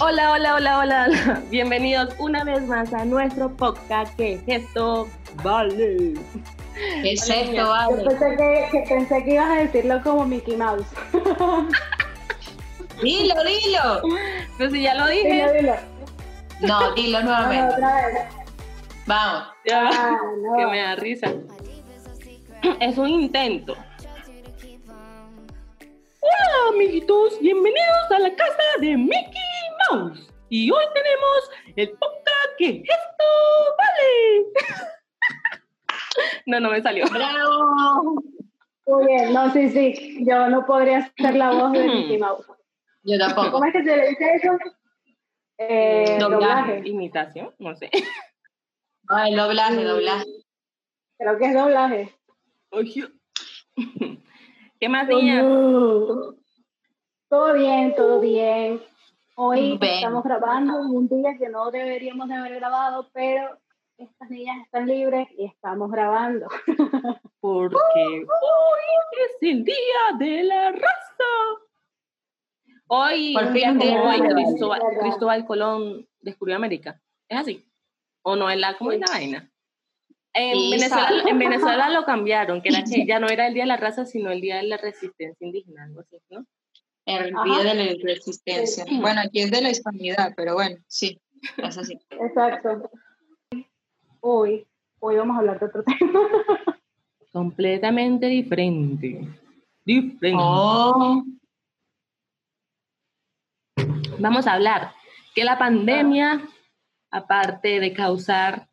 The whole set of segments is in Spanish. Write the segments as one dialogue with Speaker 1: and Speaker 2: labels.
Speaker 1: Hola, hola, hola, hola. Bienvenidos una vez más a nuestro podcast que esto vale.
Speaker 2: ¿Qué es
Speaker 1: Hola,
Speaker 2: esto,
Speaker 1: niñas.
Speaker 2: vale?
Speaker 3: Yo pensé que, que pensé que ibas a decirlo como Mickey Mouse.
Speaker 2: Dilo, dilo.
Speaker 1: Pero si ya lo
Speaker 3: Dilo,
Speaker 1: dije.
Speaker 3: dilo.
Speaker 2: No, dilo
Speaker 3: No, no,
Speaker 2: nuevamente.
Speaker 3: otra vez.
Speaker 2: Vamos.
Speaker 1: Ya va,
Speaker 3: Ah,
Speaker 1: que
Speaker 3: no.
Speaker 1: me da risa. Es un intento. Hola, amiguitos. Bienvenidos a la casa de Mickey Mouse. Y hoy tenemos el podcast que esto vale. No, no me salió.
Speaker 2: Bravo.
Speaker 3: Muy bien, no, sí, sí. Yo no podría hacer la voz
Speaker 2: Mm.
Speaker 3: de Mickey Mouse.
Speaker 2: Yo tampoco.
Speaker 3: ¿Cómo es que se le dice eso? Eh,
Speaker 2: Doblaje.
Speaker 3: doblaje.
Speaker 1: Imitación, no sé.
Speaker 2: No, el doblaje, doblaje.
Speaker 3: Creo que es doblaje.
Speaker 1: Oye. ¿Qué más, niñas?
Speaker 3: Todo bien, todo bien. Hoy
Speaker 2: Ven.
Speaker 3: estamos grabando un día que no deberíamos de haber grabado, pero estas niñas están libres y estamos grabando.
Speaker 1: Porque hoy es el día de la raza. Hoy,
Speaker 2: Por
Speaker 1: un
Speaker 2: fin
Speaker 1: día
Speaker 2: un día
Speaker 1: como hoy,
Speaker 2: de la
Speaker 1: Cristóbal,
Speaker 3: raza.
Speaker 1: Cristóbal Colón descubrió América. ¿Es así? ¿O no es la, cómo es la vaina? En,
Speaker 2: Sí,
Speaker 1: Venezuela,
Speaker 2: sabe.
Speaker 1: en Venezuela lo cambiaron, que, era que ya no era el día de la raza, sino el día de la resistencia indígena, algo así, ¿no?
Speaker 2: El
Speaker 3: Ajá.
Speaker 2: día de la resistencia. Bueno, aquí es de la hispanidad, pero bueno, sí. Es así.
Speaker 3: Exacto. Hoy, hoy vamos a hablar de otro tema.
Speaker 1: Completamente diferente. Diferente.
Speaker 2: Oh.
Speaker 1: vamos a hablar que la pandemia, aparte de causar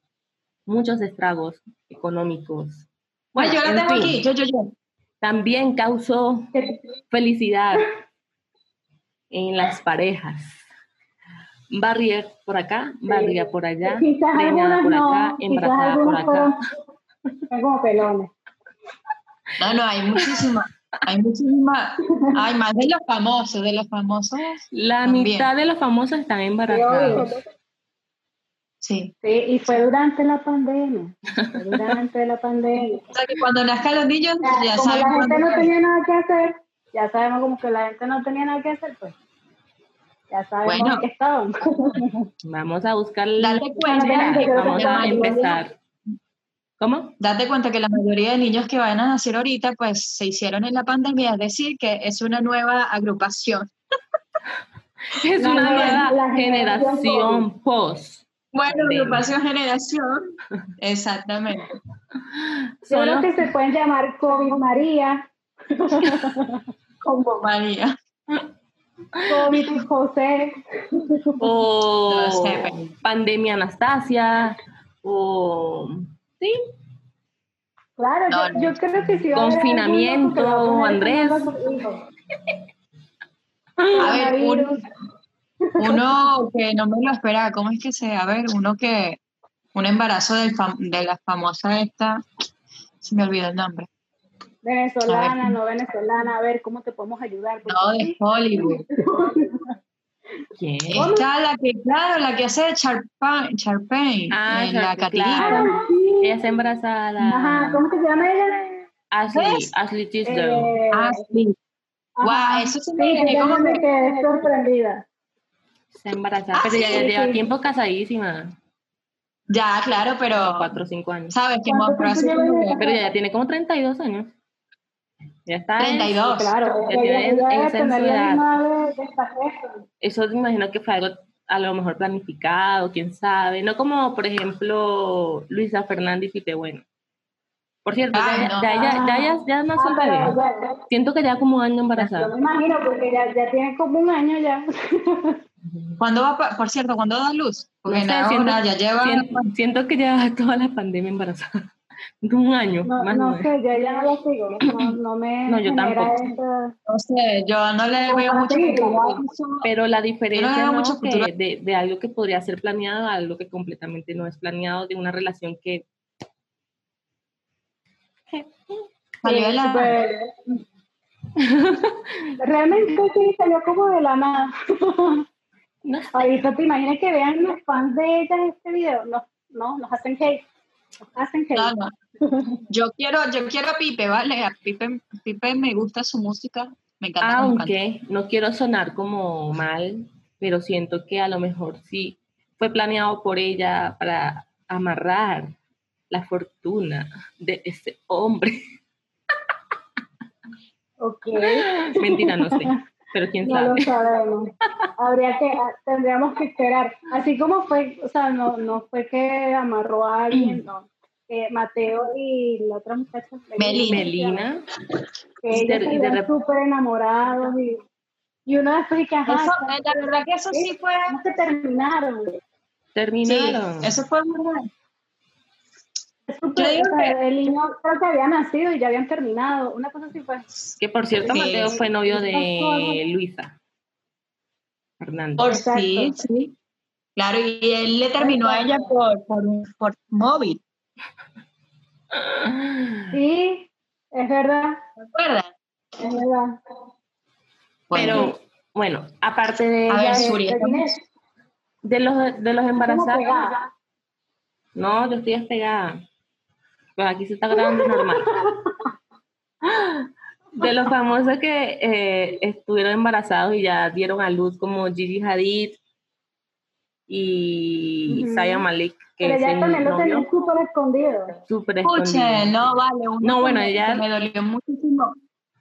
Speaker 1: muchos estragos económicos,
Speaker 2: Bueno, yo la
Speaker 1: en
Speaker 2: tengo
Speaker 1: fin,
Speaker 2: aquí. Yo, yo, yo.
Speaker 1: también causó
Speaker 3: ¿Qué
Speaker 1: felicidad en las parejas. Barrier por acá, barriga por allá,
Speaker 3: Quizás
Speaker 1: preñada
Speaker 3: algunas
Speaker 1: por acá,
Speaker 3: no, quizás
Speaker 1: embarazada por
Speaker 3: algunas
Speaker 1: acá.
Speaker 3: fueron- son como pelones.
Speaker 2: No, no, hay muchísima. Hay muchísima. Hay más de los famosos, de los famosos.
Speaker 1: La
Speaker 2: También.
Speaker 1: mitad de los famosos están
Speaker 3: Sí, obvio.
Speaker 1: embarazados.
Speaker 2: Sí.
Speaker 3: Sí, y fue durante la pandemia. Fue durante la pandemia.
Speaker 2: O sea que cuando nazcan los niños, ya
Speaker 3: como
Speaker 2: saben.
Speaker 3: la gente
Speaker 2: cuándo
Speaker 3: no
Speaker 2: es.
Speaker 3: tenía nada que hacer, ya sabemos como que la gente no tenía nada que hacer, pues ya sabemos
Speaker 2: Bueno.
Speaker 3: que estaban.
Speaker 1: Vamos a buscar la
Speaker 2: Date cuenta.
Speaker 3: Espérate, que lo
Speaker 1: Vamos a
Speaker 3: tenemos.
Speaker 1: empezar. ¿Cómo?
Speaker 2: Date cuenta que la mayoría de niños que van a nacer ahorita, pues se hicieron en la pandemia, es decir, que es una nueva agrupación.
Speaker 1: Es
Speaker 3: La
Speaker 1: una
Speaker 3: nueva-
Speaker 1: nueva
Speaker 3: la generación
Speaker 1: generación post.
Speaker 2: Bueno,
Speaker 1: Pandemia.
Speaker 2: agrupación generación. Exactamente.
Speaker 3: Yo
Speaker 1: Son
Speaker 3: creo
Speaker 1: los-
Speaker 3: que se pueden llamar COVID María,
Speaker 2: Como María.
Speaker 3: COVID José,
Speaker 1: o
Speaker 2: No sé, pero-
Speaker 1: pandemia Anastasia, o sí,
Speaker 3: Claro,
Speaker 2: No,
Speaker 3: yo,
Speaker 2: no.
Speaker 3: yo creo que sí. va a haber
Speaker 1: Confinamiento,
Speaker 3: alguno que
Speaker 1: Andrés.
Speaker 3: se va a poner con algo a sus hijos.
Speaker 2: A ver,
Speaker 3: Coronavirus.
Speaker 2: un- uno que no me lo esperaba, ¿cómo es que se? A ver, uno que. Un embarazo del fam- de la famosa esta. Se me olvidó el nombre.
Speaker 3: venezolana, no venezolana, a ver cómo te podemos ayudar. Porque
Speaker 2: No, de Hollywood.
Speaker 1: ¿quién?
Speaker 2: Está la que, claro, la que hace de Charpain, Charpain
Speaker 1: Ah,
Speaker 2: en la
Speaker 1: Charpain,
Speaker 2: Catilina.
Speaker 1: claro.
Speaker 3: Ah, sí.
Speaker 1: Ella está embarazada.
Speaker 3: Ajá, ¿cómo que se llama ella?
Speaker 1: Ashley,
Speaker 2: ¿Ves?
Speaker 1: Ashley Tisdale.
Speaker 3: Eh,
Speaker 2: Ah, sí.
Speaker 3: ajá.
Speaker 2: Guau, eso se me
Speaker 3: Sí, yo
Speaker 2: dejé como
Speaker 3: también
Speaker 2: que-
Speaker 3: me quedé sorprendida.
Speaker 1: está embarazada,
Speaker 2: Ah,
Speaker 1: pero ya
Speaker 2: sí,
Speaker 1: ya lleva
Speaker 3: sí.
Speaker 1: tiempo casadísima,
Speaker 2: Ya, claro, pero
Speaker 1: cuatro o cinco años.
Speaker 2: sabes que
Speaker 3: ¿Cuánto
Speaker 2: mostró así
Speaker 3: tiempo
Speaker 2: como
Speaker 3: lleva
Speaker 2: que
Speaker 1: Pero ya, ya tiene como 32 años. Ya está. en-
Speaker 2: 32.
Speaker 3: Claro,
Speaker 1: Ya tiene
Speaker 3: ella- ella
Speaker 1: esa
Speaker 3: debe tener la
Speaker 1: ansiedad.
Speaker 3: misma edad de esta fiesta.
Speaker 1: Eso me imagino que fue algo a lo mejor planificado, quién sabe. No como, por ejemplo, Luisa Fernández y bueno. Por cierto,
Speaker 2: Ay,
Speaker 1: ya,
Speaker 2: no.
Speaker 1: ya, ya, ya, ya- ya es más
Speaker 3: Ah, pero
Speaker 1: soltera.
Speaker 3: ya-
Speaker 1: Siento que ya como ando
Speaker 3: Yo me
Speaker 1: embarazada.
Speaker 3: imagino, porque ya, ya tiene como un año ya.
Speaker 2: ¿Cuándo va, pa- por cierto, cuando da luz? Porque
Speaker 1: No sé,
Speaker 2: nada,
Speaker 1: siento-
Speaker 2: ahora ya lleva.
Speaker 1: Siento, siento que ya toda la pandemia embarazada. Un año,
Speaker 3: No,
Speaker 1: más
Speaker 3: no
Speaker 1: no.
Speaker 3: sé, yo ya no lo sigo. No, no me
Speaker 1: No, yo
Speaker 3: genera
Speaker 1: tampoco.
Speaker 3: esta-
Speaker 2: No sé, yo no le veo mucho
Speaker 3: Sí,
Speaker 2: futuro a
Speaker 3: claro.
Speaker 2: eso.
Speaker 1: Pero la
Speaker 2: Yo no
Speaker 1: diferencia
Speaker 2: le veo
Speaker 1: ¿no?
Speaker 2: mucho
Speaker 1: que
Speaker 2: futuro.
Speaker 1: de, de algo que podría ser planeado a algo que completamente no es planeado, de una relación que...
Speaker 2: Salió
Speaker 1: eh,
Speaker 2: de la-
Speaker 3: Pues, Realmente sí, salió como de la nada.
Speaker 1: No sé.
Speaker 3: Ahorita te imaginas que vean los fans de ellas este video. No, no, nos hacen hate. Nos hacen hate.
Speaker 2: No, no. Yo quiero, yo quiero a Pipe, ¿vale? A Pipe,
Speaker 1: Ah,
Speaker 2: Pipe me gusta su música, me encanta. cómo canta.
Speaker 1: Aunque no quiero sonar como mal, pero siento que a lo mejor sí fue planeado por ella para amarrar la fortuna de ese hombre.
Speaker 3: Ok.
Speaker 1: Mentira, no sé, pero quién
Speaker 3: No lo
Speaker 1: sabe.
Speaker 3: sabemos. Habría que, ah, tendríamos que esperar. Así como fue, o sea, no, no fue que amarró a
Speaker 2: Mm.
Speaker 3: alguien, no. Que Mateo y la otra muchacha.
Speaker 2: Melina.
Speaker 1: Melina,
Speaker 3: Que
Speaker 1: Y de-
Speaker 3: ellos
Speaker 1: y de
Speaker 3: estaban
Speaker 1: rep-
Speaker 3: súper enamorados y, y uno después y que, ajá,
Speaker 2: Eso, eh, la verdad que eso sí fue.
Speaker 3: ¿cómo se terminaron?
Speaker 2: Sí,
Speaker 1: terminaron.
Speaker 2: eso fue verdad.
Speaker 3: Es súper-
Speaker 2: Yo digo
Speaker 3: o sea, el niño creo que había nacido y ya habían terminado. Una cosa así fue.
Speaker 1: Que por cierto,
Speaker 2: Sí.
Speaker 1: Mateo fue novio de
Speaker 3: Ajá.
Speaker 1: Luisa Fernando.
Speaker 2: Por
Speaker 3: Exacto.
Speaker 2: sí, sí. Claro, y él le terminó a ella por, por, un- por móvil,
Speaker 3: Sí, es verdad,
Speaker 2: ¿te acuerdas? Pues,
Speaker 3: es verdad.
Speaker 2: Bueno,
Speaker 1: Pero bueno, aparte de,
Speaker 2: a ver,
Speaker 1: ellas,
Speaker 2: Suri, estamos-
Speaker 1: de los de los
Speaker 3: Como
Speaker 1: embarazados,
Speaker 3: pegada.
Speaker 1: no, yo estoy despegada. Pues aquí se está grabando normal. De los famosos que eh, estuvieron embarazados y ya dieron a luz como Gigi Hadid y
Speaker 3: Ujú.
Speaker 1: Saya Malik, que
Speaker 3: Pero
Speaker 1: es
Speaker 3: ya
Speaker 1: el
Speaker 3: también lo
Speaker 1: novio
Speaker 3: tenía súper escondido.
Speaker 1: súper escondido.
Speaker 2: Escuchen, no vale. uno
Speaker 1: No, bueno,
Speaker 2: que me-
Speaker 1: ella-
Speaker 2: que Me dolió muchísimo.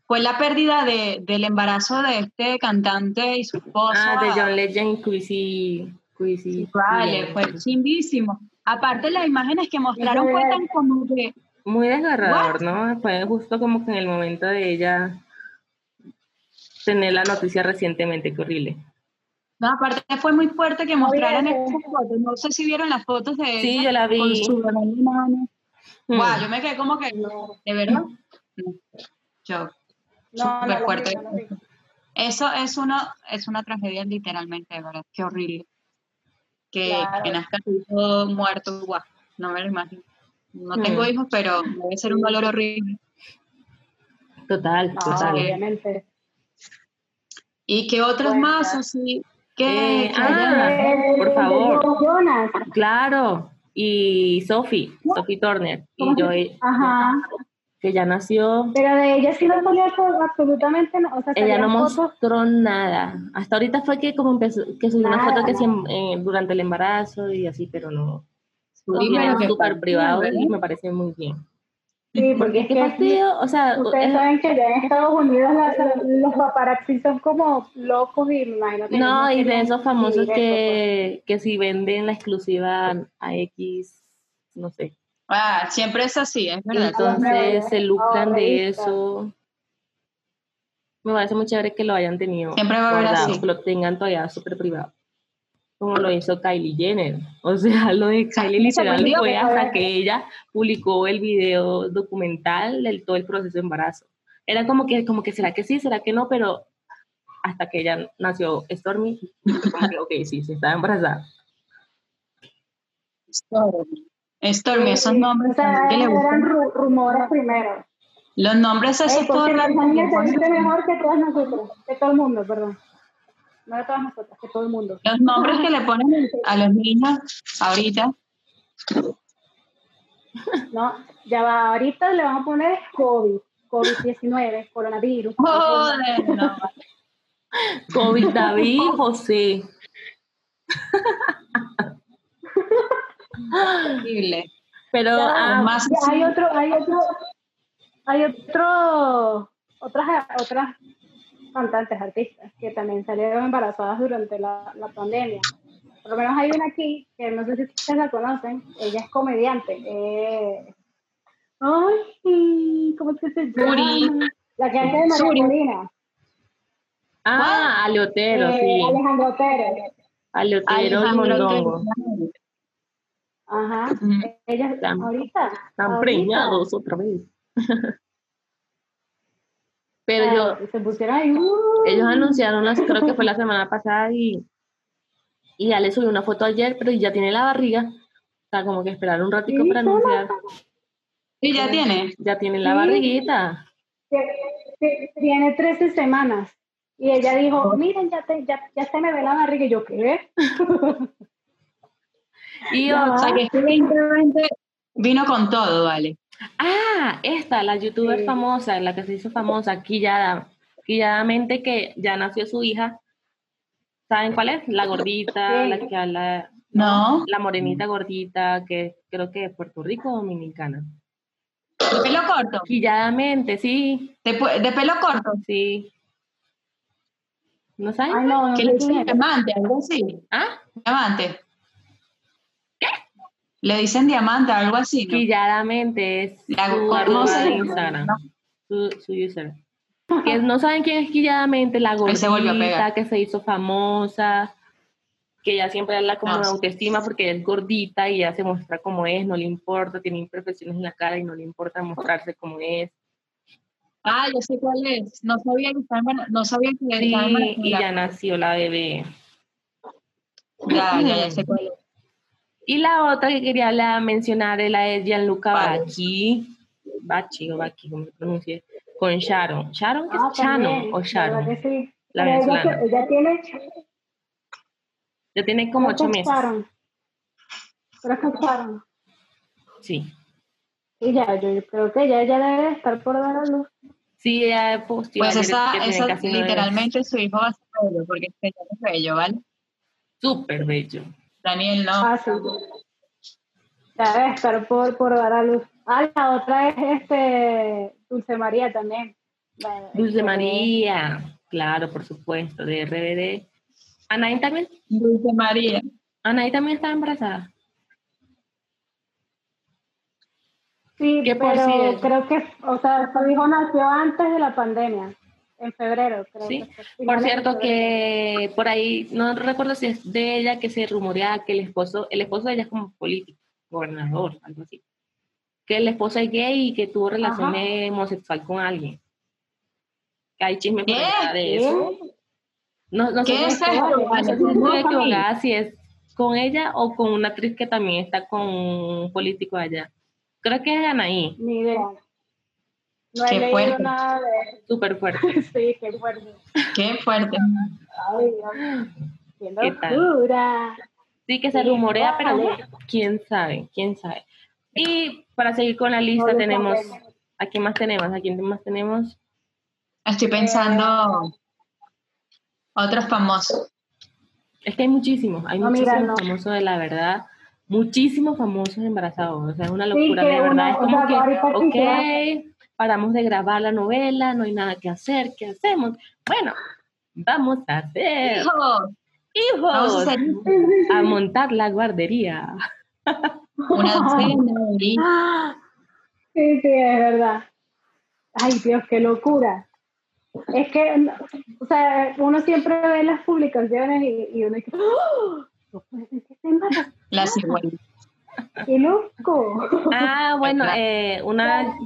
Speaker 2: Fue la pérdida de, del embarazo de este cantante y su esposa.
Speaker 1: Ah, de John Legend, Chrissy. Chrissy.
Speaker 2: Vale,
Speaker 1: Teigen.
Speaker 2: fue chimbísimo. Aparte, las imágenes que mostraron fue tan como que.
Speaker 1: Muy desgarrador, ¿no? Fue justo como que en el momento de ella tener la noticia recientemente, qué horrible.
Speaker 2: No, aparte fue muy fuerte que mostraran estas fotos. No sé si vieron las fotos de
Speaker 1: Sí,
Speaker 2: ella
Speaker 1: yo la vi.
Speaker 2: con su bebé en la mano.
Speaker 1: Hmm.
Speaker 2: Guau, yo me quedé como que, ¿de verdad?
Speaker 1: Mm.
Speaker 2: No. Yo,
Speaker 3: No, no,
Speaker 2: súper
Speaker 3: lo
Speaker 2: fuerte.
Speaker 3: vi, no lo vi.
Speaker 2: Eso es una, es una tragedia literalmente, de verdad. Qué horrible. Que,
Speaker 3: Claro.
Speaker 2: que nazca tu hijo muerto, guau, no me lo imagino. No
Speaker 1: Mm.
Speaker 2: tengo hijos, pero debe ser un dolor horrible.
Speaker 1: Total,
Speaker 3: No,
Speaker 1: total.
Speaker 3: obviamente.
Speaker 2: ¿Y qué otros
Speaker 3: Bueno.
Speaker 2: más así? que
Speaker 1: Eh,
Speaker 2: que
Speaker 1: ah,
Speaker 2: hayan-
Speaker 3: El-
Speaker 1: por
Speaker 3: el-
Speaker 1: favor.
Speaker 3: el Jonas.
Speaker 1: Claro. Y Sophie, Sophie Turner. Y yo,
Speaker 3: Ajá.
Speaker 1: que ya nació,
Speaker 3: Pero de ella sí no salía todo- absolutamente nada. O sea,
Speaker 1: ella no
Speaker 3: salían fotos.
Speaker 1: mostró nada. Hasta ahorita fue que como empezó, que subió una
Speaker 3: Nada.
Speaker 1: foto que sí, eh, durante el embarazo y así, pero no. Lo
Speaker 2: Sí,
Speaker 1: tienen
Speaker 2: pero que
Speaker 1: súper
Speaker 2: fue-
Speaker 1: privado
Speaker 2: ¿verdad?
Speaker 1: y me parece muy bien.
Speaker 3: Sí, porque
Speaker 1: Porque
Speaker 3: es
Speaker 1: qué
Speaker 3: que aquí-
Speaker 1: fastidio, o sea,
Speaker 3: ustedes
Speaker 1: es-
Speaker 3: saben que allá en Estados Unidos la- la- los paparazzi son como locos y me imagino que
Speaker 1: No, y de
Speaker 3: quieren
Speaker 1: esos famosos
Speaker 3: vivir eso, pues.
Speaker 1: que, que si venden la exclusiva a X, no sé.
Speaker 2: Ah, siempre es así, es verdad.
Speaker 3: Ah,
Speaker 1: Entonces se lucran de
Speaker 3: revista.
Speaker 1: eso. Me parece muy chévere que lo hayan tenido.
Speaker 2: Siempre va a haber
Speaker 1: guardado,
Speaker 2: así.
Speaker 1: Que lo tengan todavía súper privado. Como lo hizo Kylie Jenner. O sea, lo de Kylie
Speaker 2: me
Speaker 1: literal
Speaker 2: sorprendió
Speaker 1: fue
Speaker 2: que-
Speaker 3: eh.
Speaker 1: hasta que ella publicó el video documental del todo el proceso de embarazo. Era como que, como que será que sí, será que no, pero hasta que ella nació Stormy, fue como que, ok, sí, se estaba embarazada.
Speaker 2: Stormy.
Speaker 3: pues.
Speaker 2: Stormy, esos nombres
Speaker 3: O sea,
Speaker 2: también que le
Speaker 3: eran
Speaker 2: gustan.
Speaker 3: ru- rumores primero.
Speaker 2: Los nombres
Speaker 3: Ey,
Speaker 2: esos
Speaker 3: por
Speaker 2: todos
Speaker 3: cierto,
Speaker 2: raros
Speaker 3: esa
Speaker 2: que le
Speaker 3: niña se
Speaker 2: ponen.
Speaker 3: viste mejor que todas nosotras, que todo el mundo, perdón. No de todas nosotras, que todo el mundo.
Speaker 2: Los nombres que le ponen a los niños ahorita.
Speaker 3: No, ya va, ahorita le vamos a poner COVID, COVID-19, coronavirus.
Speaker 2: Joder, no.
Speaker 1: COVID David José.
Speaker 2: horrible.
Speaker 1: Pero ah,
Speaker 2: Más
Speaker 3: Ya
Speaker 2: así.
Speaker 3: hay otro, hay otro, hay otro, otras, otras cantantes, artistas, que también salieron embarazadas durante la, la pandemia. Por lo menos hay una aquí, que no sé si ustedes la conocen, ella es comediante. eh, ay, ¿cómo es que se llama?
Speaker 2: Suri.
Speaker 3: La que hace de María
Speaker 2: Suri.
Speaker 3: Molina.
Speaker 1: ah, Aleotero,
Speaker 3: eh,
Speaker 1: sí.
Speaker 3: Alejandro Pérez.
Speaker 1: Aleotero y
Speaker 2: Alejandro
Speaker 1: Mondongo.
Speaker 2: Antonio.
Speaker 3: Ajá.
Speaker 2: Mm.
Speaker 3: Ella,
Speaker 1: Tan-
Speaker 3: ahorita.
Speaker 1: Están
Speaker 3: ahorita,
Speaker 1: preñados otra vez. Pero
Speaker 3: ah,
Speaker 1: yo,
Speaker 3: Se pusieron ahí. uh,
Speaker 1: ellos anunciaron, las- creo que fue la semana pasada y, y ya le subí una foto ayer, pero ya tiene la barriga. O sea, como que esperar un ratico
Speaker 3: Sí,
Speaker 1: para
Speaker 3: toma.
Speaker 1: anunciar.
Speaker 2: Sí, ya tiene.
Speaker 1: Ya tiene la
Speaker 3: Sí.
Speaker 1: barriguita.
Speaker 3: que- que tiene 13 semanas. Y ella dijo, miren, ya, te- ya, ya se me ve la barriga. Y yo, ¿qué?
Speaker 1: Y
Speaker 3: Ya
Speaker 1: otra-
Speaker 2: O sea que este 2020 vino con todo, vale.
Speaker 1: Ah, esta, la youtuber
Speaker 3: Sí.
Speaker 1: famosa, la que se hizo famosa, Quillada, Quilladamente, que ya nació su hija ¿Saben cuál es? La gordita,
Speaker 3: Sí.
Speaker 1: la que habla.
Speaker 2: No.
Speaker 1: La morenita gordita, que creo que es Puerto Rico o Dominicana.
Speaker 2: De pelo corto.
Speaker 1: Quilladamente, sí,
Speaker 2: De, pu- de pelo corto.
Speaker 1: sí. ¿No saben?
Speaker 3: Ay, no, no
Speaker 2: ¿Qué
Speaker 3: sé
Speaker 2: le
Speaker 3: quién
Speaker 2: dicen
Speaker 3: es.
Speaker 2: diamante? Algo así.
Speaker 1: ¿Ah?
Speaker 2: Diamante. ¿Qué? Le dicen diamante, algo así. ¿no?
Speaker 1: Quilladamente es
Speaker 2: La
Speaker 1: su
Speaker 2: conoce.
Speaker 1: arroba de Instagram.
Speaker 2: No.
Speaker 1: Su, su user. Que no saben quién es Quilladamente, la
Speaker 2: Ahí se volvió a
Speaker 1: gordita
Speaker 2: pegar.
Speaker 1: que se hizo famosa, que ya siempre habla como
Speaker 2: No.
Speaker 1: de autoestima porque ella es gordita y ya se muestra como es, no le importa, tiene imperfecciones en la cara y no le importa mostrarse como es.
Speaker 2: Ah, yo sé cuál es. No sabía que estaba embarazada. No sabía que
Speaker 1: Sí,
Speaker 2: estaba
Speaker 1: y ya
Speaker 2: embarazada.
Speaker 1: nació la bebé.
Speaker 2: Ya, ya, ya sé cuál es.
Speaker 1: Y la otra que quería la- mencionar es la de Gianluca
Speaker 2: Vale.
Speaker 1: Bacchi, Bacchi o Bacchi, como se pronuncie, con Sharon. ¿Sharon? ¿Qué es
Speaker 3: Ah,
Speaker 1: Chano
Speaker 3: también,
Speaker 1: o
Speaker 3: La
Speaker 1: Sharon?
Speaker 3: verdad que sí.
Speaker 1: La
Speaker 3: Pero ella,
Speaker 1: venezolana.
Speaker 3: que- ella tiene
Speaker 1: Ya tiene como
Speaker 3: creo que
Speaker 1: ocho
Speaker 3: es
Speaker 1: meses.
Speaker 3: Sharon. Creo que es Sharon.
Speaker 1: Sí.
Speaker 3: Y ya, yo yo creo que ya, ya debe estar por dar a luz.
Speaker 1: Sí, ella posteó
Speaker 2: Pues
Speaker 1: ayer
Speaker 2: esa,
Speaker 1: que tiene
Speaker 2: esa
Speaker 1: casi nueve meses.
Speaker 2: literalmente su hijo va a ser bello, porque este señor es bello, ¿vale?
Speaker 1: Súper bello.
Speaker 2: Daniel, no.
Speaker 3: Ah, sí. Ya debe estar por, por dar a luz. Ah, la otra es este Dulce María también. La-
Speaker 1: Dulce
Speaker 3: este,
Speaker 1: María, claro, por supuesto, de RBD. Anaí también,
Speaker 2: Dulce María.
Speaker 1: Anaí también está embarazada.
Speaker 3: Sí,
Speaker 1: que por
Speaker 3: pero
Speaker 1: cierto-
Speaker 3: creo que, o sea, su hijo nació antes de la pandemia, en febrero, creo.
Speaker 1: Sí.
Speaker 3: que
Speaker 1: Por
Speaker 3: fue. Finales de
Speaker 1: cierto
Speaker 3: febrero.
Speaker 1: que por ahí, no recuerdo si es de ella que se rumorea que el esposo, el esposo de ella es como político, gobernador, algo así. Que el esposo es gay y que tuvo relaciones homosexual con alguien. Que hay chisme por
Speaker 2: ¿Qué?
Speaker 1: allá de eso. No, no sé
Speaker 2: ¿Qué
Speaker 1: si
Speaker 2: es
Speaker 1: estoy-
Speaker 2: esto?
Speaker 1: no sé si estoy
Speaker 2: No, para mí.
Speaker 1: equivocada, si es con ella o con una actriz que también está con un político allá. Creo que es Anaí,
Speaker 3: Ni idea.
Speaker 1: Oh.
Speaker 3: No
Speaker 2: Qué
Speaker 3: he leído
Speaker 2: fuerte.
Speaker 3: nada de
Speaker 1: súper fuerte.
Speaker 3: eso. Sí, qué fuerte.
Speaker 2: Qué fuerte.
Speaker 3: Ay, Dios. Qué
Speaker 1: ¿Qué tal?
Speaker 3: locura.
Speaker 1: Sí que se
Speaker 3: Sí,
Speaker 1: rumorea, pero
Speaker 3: vale.
Speaker 1: quién sabe, quién sabe. Y para seguir con la lista
Speaker 3: No lo
Speaker 1: tenemos,
Speaker 3: sabemos.
Speaker 1: ¿a quién más tenemos? ¿A quién más tenemos?
Speaker 2: Estoy pensando otros famosos.
Speaker 1: Es que hay muchísimos, hay
Speaker 3: No, mira,
Speaker 1: muchísimos
Speaker 3: no.
Speaker 1: famosos de la verdad, muchísimos famosos embarazados, o sea, es una
Speaker 3: Sí,
Speaker 1: locura,
Speaker 3: que
Speaker 1: de verdad,
Speaker 3: uno-
Speaker 1: es
Speaker 3: o
Speaker 1: como
Speaker 3: sea, ahorita
Speaker 1: que, ok, paramos de grabar la novela, no hay nada que hacer, ¿qué hacemos? Bueno, vamos a hacer,
Speaker 2: Hijo, vamos a
Speaker 1: hijos,
Speaker 2: hacer
Speaker 1: a montar la guardería.
Speaker 2: una cena y
Speaker 3: Ah, Sí, sí, es verdad. Ay, Dios, qué locura. Es que, no, o sea, uno siempre ve las publicaciones y, y uno dice, ¡Oh! No puede ser que esté embarazada,
Speaker 2: la cigüeña.
Speaker 3: ¡Qué loco!
Speaker 1: Ah, bueno,
Speaker 2: Claro.
Speaker 1: eh, una,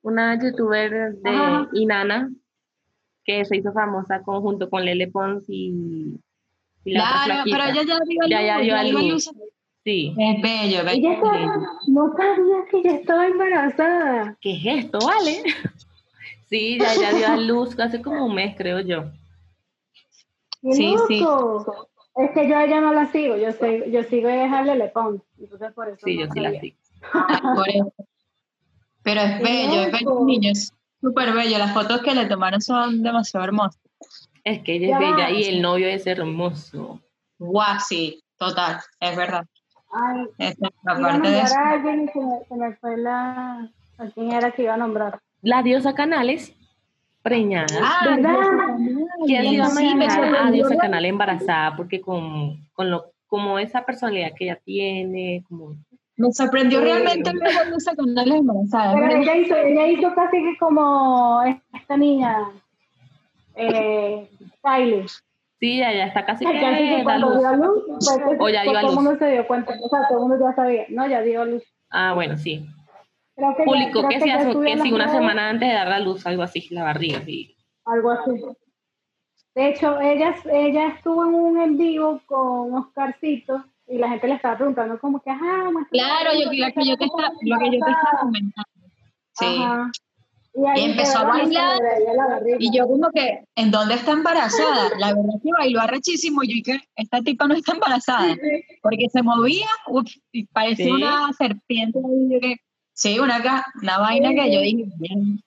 Speaker 1: una youtuber de
Speaker 3: Ajá.
Speaker 1: Inana que se hizo famosa con, junto con Lele Pons y, y la otra
Speaker 2: Claro,
Speaker 1: flaquita.
Speaker 2: pero ella ya dio a
Speaker 1: Ya, ya dio
Speaker 2: luz,
Speaker 1: a
Speaker 2: dio a
Speaker 1: luz.
Speaker 2: luz.
Speaker 1: Sí.
Speaker 2: Es bello, bello.
Speaker 3: Ella estaba, no sabía que ella estaba embarazada.
Speaker 1: ¿Qué es esto, vale? Sí, ya, ya dio a luz hace como un mes, creo yo.
Speaker 3: ¡Qué
Speaker 2: Sí, sí.
Speaker 3: loco! Es que yo a ella no la sigo, yo, sé- yo sigo es a Lele Pons, entonces por eso
Speaker 1: Sí,
Speaker 3: no
Speaker 1: yo sí la
Speaker 3: sabía.
Speaker 1: sigo.
Speaker 2: Por eso. Pero es
Speaker 3: Qué
Speaker 2: bello, es bello,
Speaker 3: loco.
Speaker 2: niño. Es súper bello. Las fotos que le tomaron son demasiado hermosas.
Speaker 1: Es que ella es
Speaker 3: Ya va.
Speaker 1: bella y el novio es hermoso.
Speaker 2: Guau, sí, total, es verdad.
Speaker 3: Ay,
Speaker 2: Es-
Speaker 3: iba a
Speaker 2: aparte de
Speaker 3: nombrar
Speaker 2: eso,
Speaker 3: a alguien y se me, se me fue la... ¿A quién era que iba a nombrar?
Speaker 1: La diosa Canales, preñada.
Speaker 2: Ah,
Speaker 3: ¿Verdad?
Speaker 1: ¿Quién se iba a
Speaker 2: Sí, me
Speaker 1: imaginar a
Speaker 2: sorprendió
Speaker 1: Diosa
Speaker 2: la-
Speaker 1: Canal embarazada? Porque con, con lo, como esa personalidad que ella tiene, como...
Speaker 2: Me sorprendió
Speaker 3: Sí.
Speaker 2: realmente luego de esa canal embarazada.
Speaker 3: Pero
Speaker 2: ¿verdad?
Speaker 3: ella hizo, ella hizo casi que como esta niña, eh, Kylie.
Speaker 1: Sí, ella está casi que
Speaker 3: Casi que
Speaker 1: da
Speaker 3: cuando
Speaker 1: luz.
Speaker 3: dio a luz, pues,
Speaker 1: O ya dio a
Speaker 3: todo el
Speaker 1: luz.
Speaker 3: mundo se dio cuenta, o sea, todo el mundo ya sabía, no, ya dio a luz.
Speaker 1: Ah, bueno, sí.
Speaker 3: Creo que ya-
Speaker 1: Publicó
Speaker 3: creo
Speaker 1: que, se
Speaker 3: ya
Speaker 1: hace,
Speaker 3: estuve
Speaker 1: que
Speaker 3: en
Speaker 1: sí,
Speaker 3: las
Speaker 1: una
Speaker 3: redes,
Speaker 1: semana antes de dar la luz, algo así, la barriga. sí.
Speaker 3: Algo así. De hecho, ella, ella estuvo en un en vivo con Oscarcito y la gente le estaba preguntando como que, ajá, muestra-
Speaker 2: Claro, yo, lo que yo te estaba, lo que yo te estaba comentando. Sí.
Speaker 3: Ajá. Y, ahí
Speaker 2: Y empezó a
Speaker 3: de verdad se le
Speaker 2: bailar.
Speaker 3: veía la barriga.
Speaker 2: Y yo como que, ¿en dónde está embarazada? La verdad es que bailó arrechísimo y yo dije, esta tipa no está embarazada. Porque se movía, uf, y parecía
Speaker 1: Sí.
Speaker 2: una serpiente. ahí, yo que- sí, una, ca- una vaina que yo dije, bien.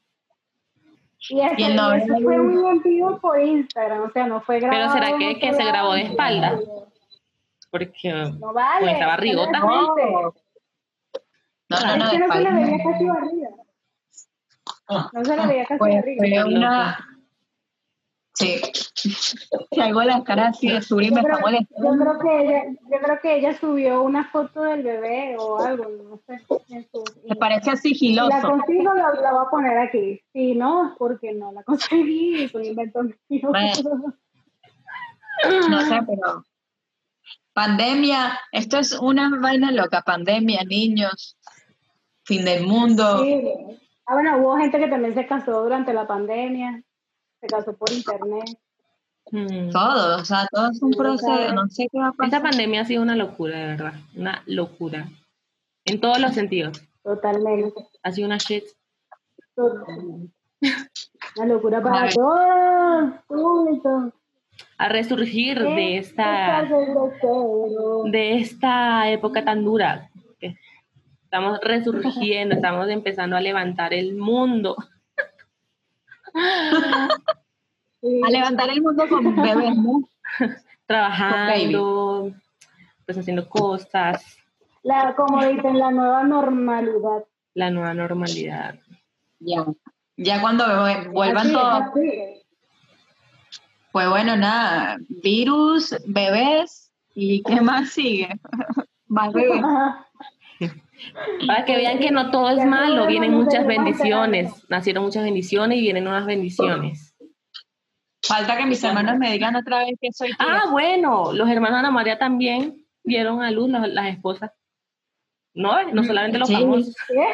Speaker 3: Y ese,
Speaker 2: Y el novio.
Speaker 3: ese fue un en vivo por Instagram, o sea, no fue grabado.
Speaker 1: será que-
Speaker 3: no
Speaker 1: que
Speaker 3: fue
Speaker 1: se grabó de
Speaker 3: grabado.
Speaker 1: espalda? Porque
Speaker 3: No vale.
Speaker 1: Pues estaba rigota.
Speaker 3: No,
Speaker 2: No, no, no,
Speaker 3: Ah, es que no se le
Speaker 2: espalda. Ah,
Speaker 3: veía casi barriga. No se le veía casi
Speaker 2: Fue,
Speaker 3: barriga.
Speaker 2: fue una. Sí. Salgo a las caras así de sur y me está
Speaker 3: Yo
Speaker 2: molestando.
Speaker 3: creo que ella, yo creo que ella subió una foto del bebé o algo, no sé. en su-
Speaker 2: Me parece
Speaker 3: si la
Speaker 2: sigiloso.
Speaker 3: consigo, la, la voy a poner aquí. Si no, porque no la conseguí, fue un invento mío.
Speaker 2: Bueno. No sé, pero. Pandemia, esto es una vaina loca. Pandemia, niños, fin del mundo.
Speaker 3: Sí. Ah, bueno, hubo gente que también se casó durante la pandemia, se casó por internet.
Speaker 1: mm,
Speaker 2: Todo, o sea, todo es un
Speaker 3: Sí, claro.
Speaker 2: proceso. No sé qué va a
Speaker 1: esta
Speaker 2: pasar.
Speaker 1: pandemia ha sido una locura, de verdad. Una locura. En todos los sentidos.
Speaker 3: Totalmente.
Speaker 1: Ha sido una shit.
Speaker 3: totalmente. Una locura para
Speaker 2: Ay.
Speaker 3: todos, público.
Speaker 1: A resurgir de
Speaker 3: Estás
Speaker 1: esta,
Speaker 3: de grosero.
Speaker 1: de esta época tan dura. que Estamos resurgiendo, estamos empezando a levantar el mundo.
Speaker 3: Sí.
Speaker 2: A levantar el mundo con bebés, ¿no?
Speaker 1: Trabajando, pues haciendo cosas,
Speaker 3: La, como dicen, la nueva normalidad.
Speaker 1: la nueva normalidad.
Speaker 2: Ya. Ya cuando ve- vuelvan
Speaker 3: Así,
Speaker 2: todos.
Speaker 3: así.
Speaker 2: Pues bueno, nada. Virus, bebés y qué más sigue. Más bebés.
Speaker 3: Ajá.
Speaker 1: Para que vean que no todo es malo, vienen muchas bendiciones. Nacieron muchas bendiciones y vienen unas bendiciones.
Speaker 2: Falta que mis hermanos me digan otra vez que soy tía.
Speaker 1: Ah, bueno, los hermanos Ana María también dieron a luz los- las esposas. No, eh, no solamente los
Speaker 2: Sí.
Speaker 1: famosos.
Speaker 3: ¿Qué?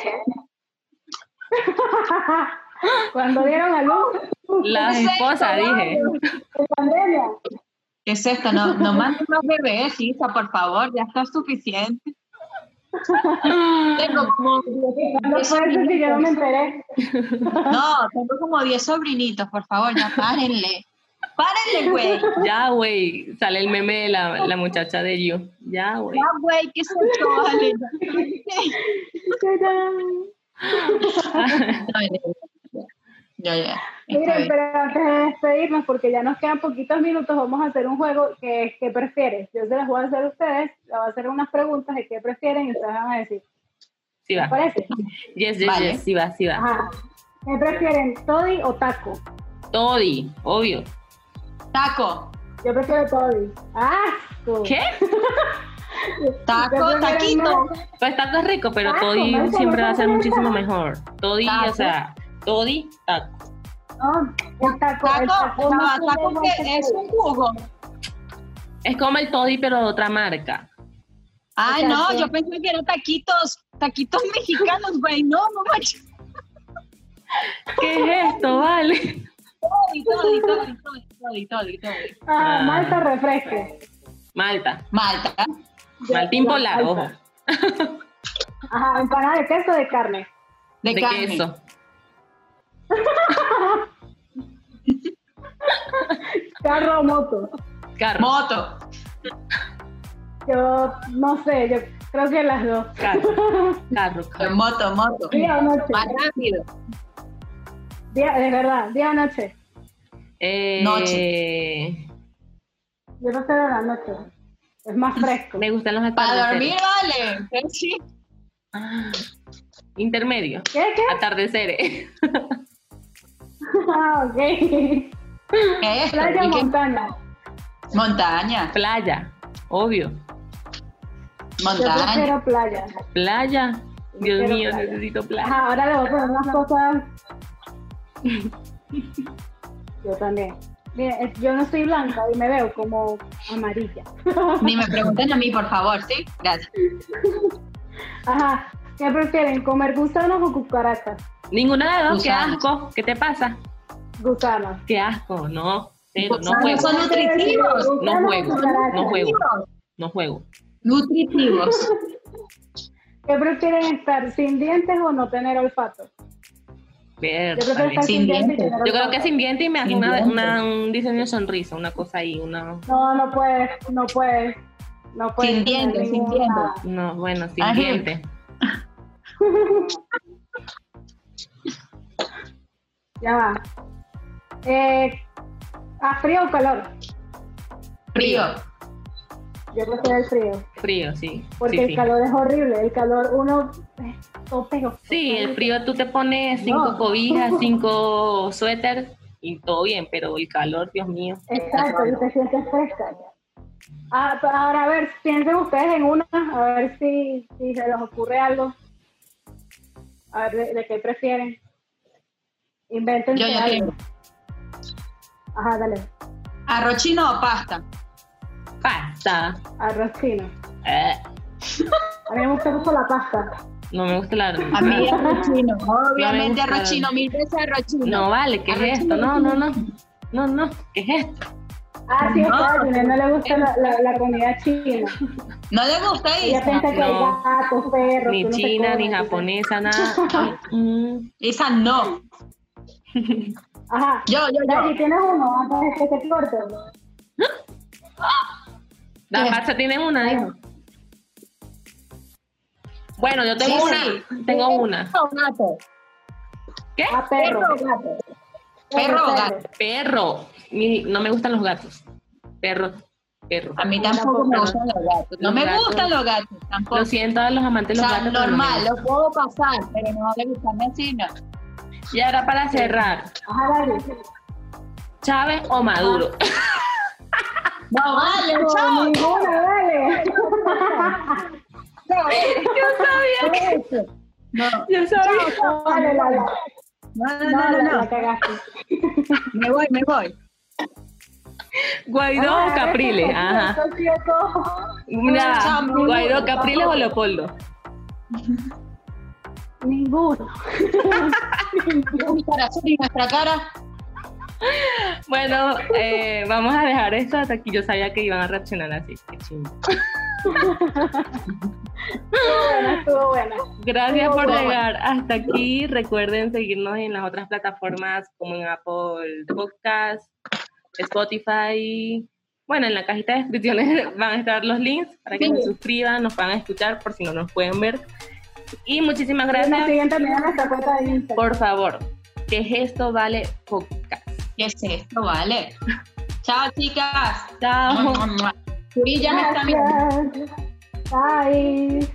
Speaker 3: Cuando dieron a luz,
Speaker 1: Las esposas, dije.
Speaker 3: de pandemia.
Speaker 2: ¿Qué es esto? No, no manden más bebés, hija, por favor, ya está suficiente. Tengo como
Speaker 3: No puede
Speaker 2: 10
Speaker 3: ser que yo no me
Speaker 2: sobrinitos.
Speaker 3: enteré.
Speaker 2: No, tengo como 10 sobrinitos, por favor, ya párenle. Párenle, güey.
Speaker 1: Ya, güey, sale el meme de la, la muchacha de You. Ya, güey.
Speaker 2: Ya, güey, que se vale.
Speaker 3: Tadán.
Speaker 2: Ya, ya. Está
Speaker 3: Miren,
Speaker 2: bien.
Speaker 3: pero antes de despedirnos, porque ya nos quedan poquitos minutos, vamos a hacer un juego que es ¿qué prefieres? Yo se las voy a hacer a ustedes, les voy a hacer unas preguntas de qué prefieren y ustedes van a decir,
Speaker 1: Sí
Speaker 3: ¿te
Speaker 1: va.
Speaker 3: parece?
Speaker 1: Yes, yes,
Speaker 2: Vale.
Speaker 1: yes. Sí va, sí va.
Speaker 3: Ajá. ¿Qué prefieren, Toddy o Taco?
Speaker 1: Toddy, obvio.
Speaker 2: Taco,
Speaker 3: Yo prefiero Toddy. ¡Asco!
Speaker 1: ¿Qué?
Speaker 2: Taco,
Speaker 3: Yo prefiero
Speaker 2: taquito.
Speaker 3: una-
Speaker 1: Pues taco es rico, pero
Speaker 3: Taco,
Speaker 1: Toddy
Speaker 3: marica,
Speaker 1: siempre
Speaker 3: no
Speaker 1: va a ser
Speaker 3: taco.
Speaker 1: muchísimo mejor. Toddy, o
Speaker 2: Taco.
Speaker 1: sea, Toddy, ah, taco.
Speaker 3: No, el taco. el
Speaker 2: taco,
Speaker 3: no,
Speaker 2: no,
Speaker 3: el
Speaker 2: taco
Speaker 3: no, el
Speaker 2: que es un jugo.
Speaker 1: Es como el Toddy, pero de otra marca.
Speaker 2: Ay, no,
Speaker 3: Exacto.
Speaker 2: yo pensé que eran taquitos, taquitos mexicanos, güey, no, no manches.
Speaker 1: ¿Qué es esto, vale?
Speaker 2: Todo, y todo, y todo, y todo, y todo, y todo, y todo.
Speaker 3: Ah, Malta refresco.
Speaker 1: Malta.
Speaker 2: Malta,
Speaker 3: Yo
Speaker 1: Maltín
Speaker 3: prefiero
Speaker 1: polar,
Speaker 3: Malta.
Speaker 1: ojo.
Speaker 3: Ajá, empanada de queso o de carne.
Speaker 2: de,
Speaker 1: De
Speaker 2: carne.
Speaker 1: queso.
Speaker 3: Carro o moto.
Speaker 1: Carro.
Speaker 2: Moto,
Speaker 3: Yo no sé, yo creo que las dos.
Speaker 1: Carro, carro, carro.
Speaker 2: moto, moto.
Speaker 3: Día o noche.
Speaker 2: Más rápido.
Speaker 3: Día, de verdad, día o noche.
Speaker 1: Eh,
Speaker 2: Noche.
Speaker 3: Yo prefiero la noche. Es más fresco.
Speaker 1: Me gustan los
Speaker 2: Para dormir,
Speaker 1: atardeceres.
Speaker 2: vale. ¿Qué Sí.
Speaker 1: Ah, intermedio.
Speaker 3: ¿Qué? ¿Qué?
Speaker 1: Atardeceres.
Speaker 3: Ah, ok.
Speaker 2: ¿Qué es esto?
Speaker 3: Playa o
Speaker 2: ¿Y qué?
Speaker 3: montaña.
Speaker 2: Montaña,
Speaker 1: Playa, obvio.
Speaker 3: Yo
Speaker 2: montaña.
Speaker 3: prefiero playa.
Speaker 1: Playa. Dios
Speaker 3: Quiero
Speaker 1: mío,
Speaker 3: playa.
Speaker 1: necesito playa.
Speaker 3: Ajá, ahora le voy a poner unas cosas. Yo también. Mira, es- yo no soy blanca y me veo como amarilla.
Speaker 2: Ni me pregunten a mí, por favor, ¿sí? Gracias.
Speaker 3: Ajá. ¿Qué prefieren? ¿Comer gusanos o cucarachas?
Speaker 1: Ninguna de dos, qué
Speaker 2: Gusano.
Speaker 1: asco. ¿Qué te pasa?
Speaker 3: Gusanos.
Speaker 1: Qué asco, no. Pero no
Speaker 2: Gusano.
Speaker 1: juego,
Speaker 2: Son nutritivos.
Speaker 1: No juego,
Speaker 3: Cucarachas.
Speaker 1: no juego, no juego.
Speaker 2: Nutritivos.
Speaker 3: ¿Qué prefieren estar sin dientes o no tener olfato? Yo
Speaker 1: Ver,
Speaker 3: prefiero
Speaker 1: vale.
Speaker 3: estar sin,
Speaker 2: Sin
Speaker 3: dientes. y
Speaker 2: dientes.
Speaker 3: tener
Speaker 1: Yo creo
Speaker 3: olfato.
Speaker 1: que sin diente y me hace
Speaker 2: Sin
Speaker 1: una,
Speaker 2: dientes.
Speaker 1: una- un diseño de sonrisa, una cosa ahí, una.
Speaker 3: No, no puedes, no puedes. No puedes.
Speaker 2: Sin
Speaker 3: tener
Speaker 2: dientes, sin
Speaker 3: ninguna-
Speaker 1: No, bueno, sin
Speaker 2: Ajá.
Speaker 1: diente.
Speaker 3: Ya va. Eh, ¿A frío o calor?
Speaker 2: Frío.
Speaker 3: Yo prefiero el frío.
Speaker 1: Frío, sí.
Speaker 3: Porque
Speaker 1: sí,
Speaker 3: el
Speaker 1: sí.
Speaker 3: calor es horrible. El calor uno eh, todo pegó.
Speaker 1: Sí, el frío tú te pones cinco
Speaker 3: No.
Speaker 1: cobijas, cinco suéter y todo bien, pero el calor, Dios mío.
Speaker 3: Exacto, y te sientes fresca. Ah, pa- ahora, a ver, piensen ustedes en una, a ver si, si se les ocurre algo. A ver, ¿de, de qué prefieren? Inventen
Speaker 2: Yo ya
Speaker 3: algo.
Speaker 2: tengo.
Speaker 3: Ajá, dale.
Speaker 2: ¿Arroz chino o pasta?
Speaker 1: Pasta.
Speaker 3: Arroz chino.
Speaker 1: Eh,
Speaker 3: A mí me gusta mucho la pasta.
Speaker 1: no me gusta la
Speaker 2: A mí arroz chino.
Speaker 1: No me
Speaker 2: Obviamente
Speaker 1: gusta.
Speaker 2: arroz chino, mil veces arroz chino.
Speaker 1: No vale, ¿qué
Speaker 2: Arroz
Speaker 1: es
Speaker 2: chino,
Speaker 1: esto? No,
Speaker 2: arroz
Speaker 1: no,
Speaker 2: chino.
Speaker 1: no. No, no, ¿qué es esto?
Speaker 3: Ah, sí,
Speaker 2: No.
Speaker 3: está, a Julián no le gusta la, la- la comida china.
Speaker 2: ¿No le gusta
Speaker 3: Ella
Speaker 2: Isa?
Speaker 3: piensa que hay
Speaker 1: No.
Speaker 3: gatos, perros, que
Speaker 1: Ni
Speaker 3: no se
Speaker 1: china,
Speaker 3: come,
Speaker 1: ni
Speaker 3: que-
Speaker 1: japonesa, nada. Mm,
Speaker 2: Isa no.
Speaker 3: Ajá.
Speaker 2: Yo, yo,
Speaker 3: Dale,
Speaker 2: yo.
Speaker 3: ¿tienes uno antes de que te corte?
Speaker 1: La
Speaker 2: ¿Qué?
Speaker 1: pasta tiene una, dijo. Bueno, yo tengo
Speaker 2: Sí,
Speaker 1: una.
Speaker 2: sí.
Speaker 1: Tengo una.
Speaker 2: ¿Perro o gato?
Speaker 1: ¿Qué?
Speaker 3: A perro.
Speaker 2: ¿Perro o gato? ¿Perro o gato?
Speaker 1: Perro. Mi- no me gustan los gatos. Perro. Perro.
Speaker 2: A mí tampoco me gustan los gatos. No
Speaker 1: Los
Speaker 2: me
Speaker 1: gatos.
Speaker 2: gustan los gatos tampoco.
Speaker 1: Lo siento a los amantes de
Speaker 2: o
Speaker 1: los
Speaker 2: sea,
Speaker 1: gatos. pero no me
Speaker 2: normal, lo puedo pasar, pero no le gusta así, no.
Speaker 1: gustan. Y ahora para cerrar,
Speaker 3: Ajá, dale.
Speaker 1: Chávez o Maduro.
Speaker 2: Ah. No, vale,
Speaker 3: No,
Speaker 2: chao.
Speaker 3: ninguna, dale.
Speaker 1: yo sabía que.
Speaker 2: No,
Speaker 1: Yo sabía.
Speaker 3: Vale, la, la,
Speaker 2: no, no,
Speaker 3: no,
Speaker 2: no,
Speaker 3: la,
Speaker 2: no,
Speaker 3: la
Speaker 2: no.
Speaker 3: cagaste.
Speaker 2: Me voy, me voy.
Speaker 1: Guaidó
Speaker 3: Ah,
Speaker 1: o Capriles.
Speaker 3: eso sí,
Speaker 1: Ajá.
Speaker 3: eso sí, eso.
Speaker 1: Mira,
Speaker 2: Chao, Maduro.
Speaker 1: Guaidó, Capriles o Leopoldo.
Speaker 3: Ninguno.
Speaker 2: Mi corazón y nuestra cara.
Speaker 1: Bueno, eh, vamos a dejar esto hasta aquí. Yo sabía que iban a reaccionar así. Qué chingo.
Speaker 3: Estuvo buena, estuvo buena.
Speaker 1: Gracias por
Speaker 3: Bueno.
Speaker 1: llegar hasta aquí. Recuerden seguirnos en las otras plataformas como en Apple Podcast, Spotify. Bueno, en la cajita de descripciones van a estar los links para que
Speaker 2: Sí.
Speaker 1: se suscriban, nos van a escuchar por si no nos pueden ver. Y muchísimas
Speaker 3: Nos
Speaker 1: gracias.
Speaker 3: siguen también en nuestra cuenta de Instagram.
Speaker 1: Por favor, que esto vale podcast.
Speaker 2: ¿Qué es esto, vale? Chao, chicas.
Speaker 1: Chao.
Speaker 2: Mua, mua, mua. Yuri ya me está mirando.
Speaker 3: Gracias. Bye.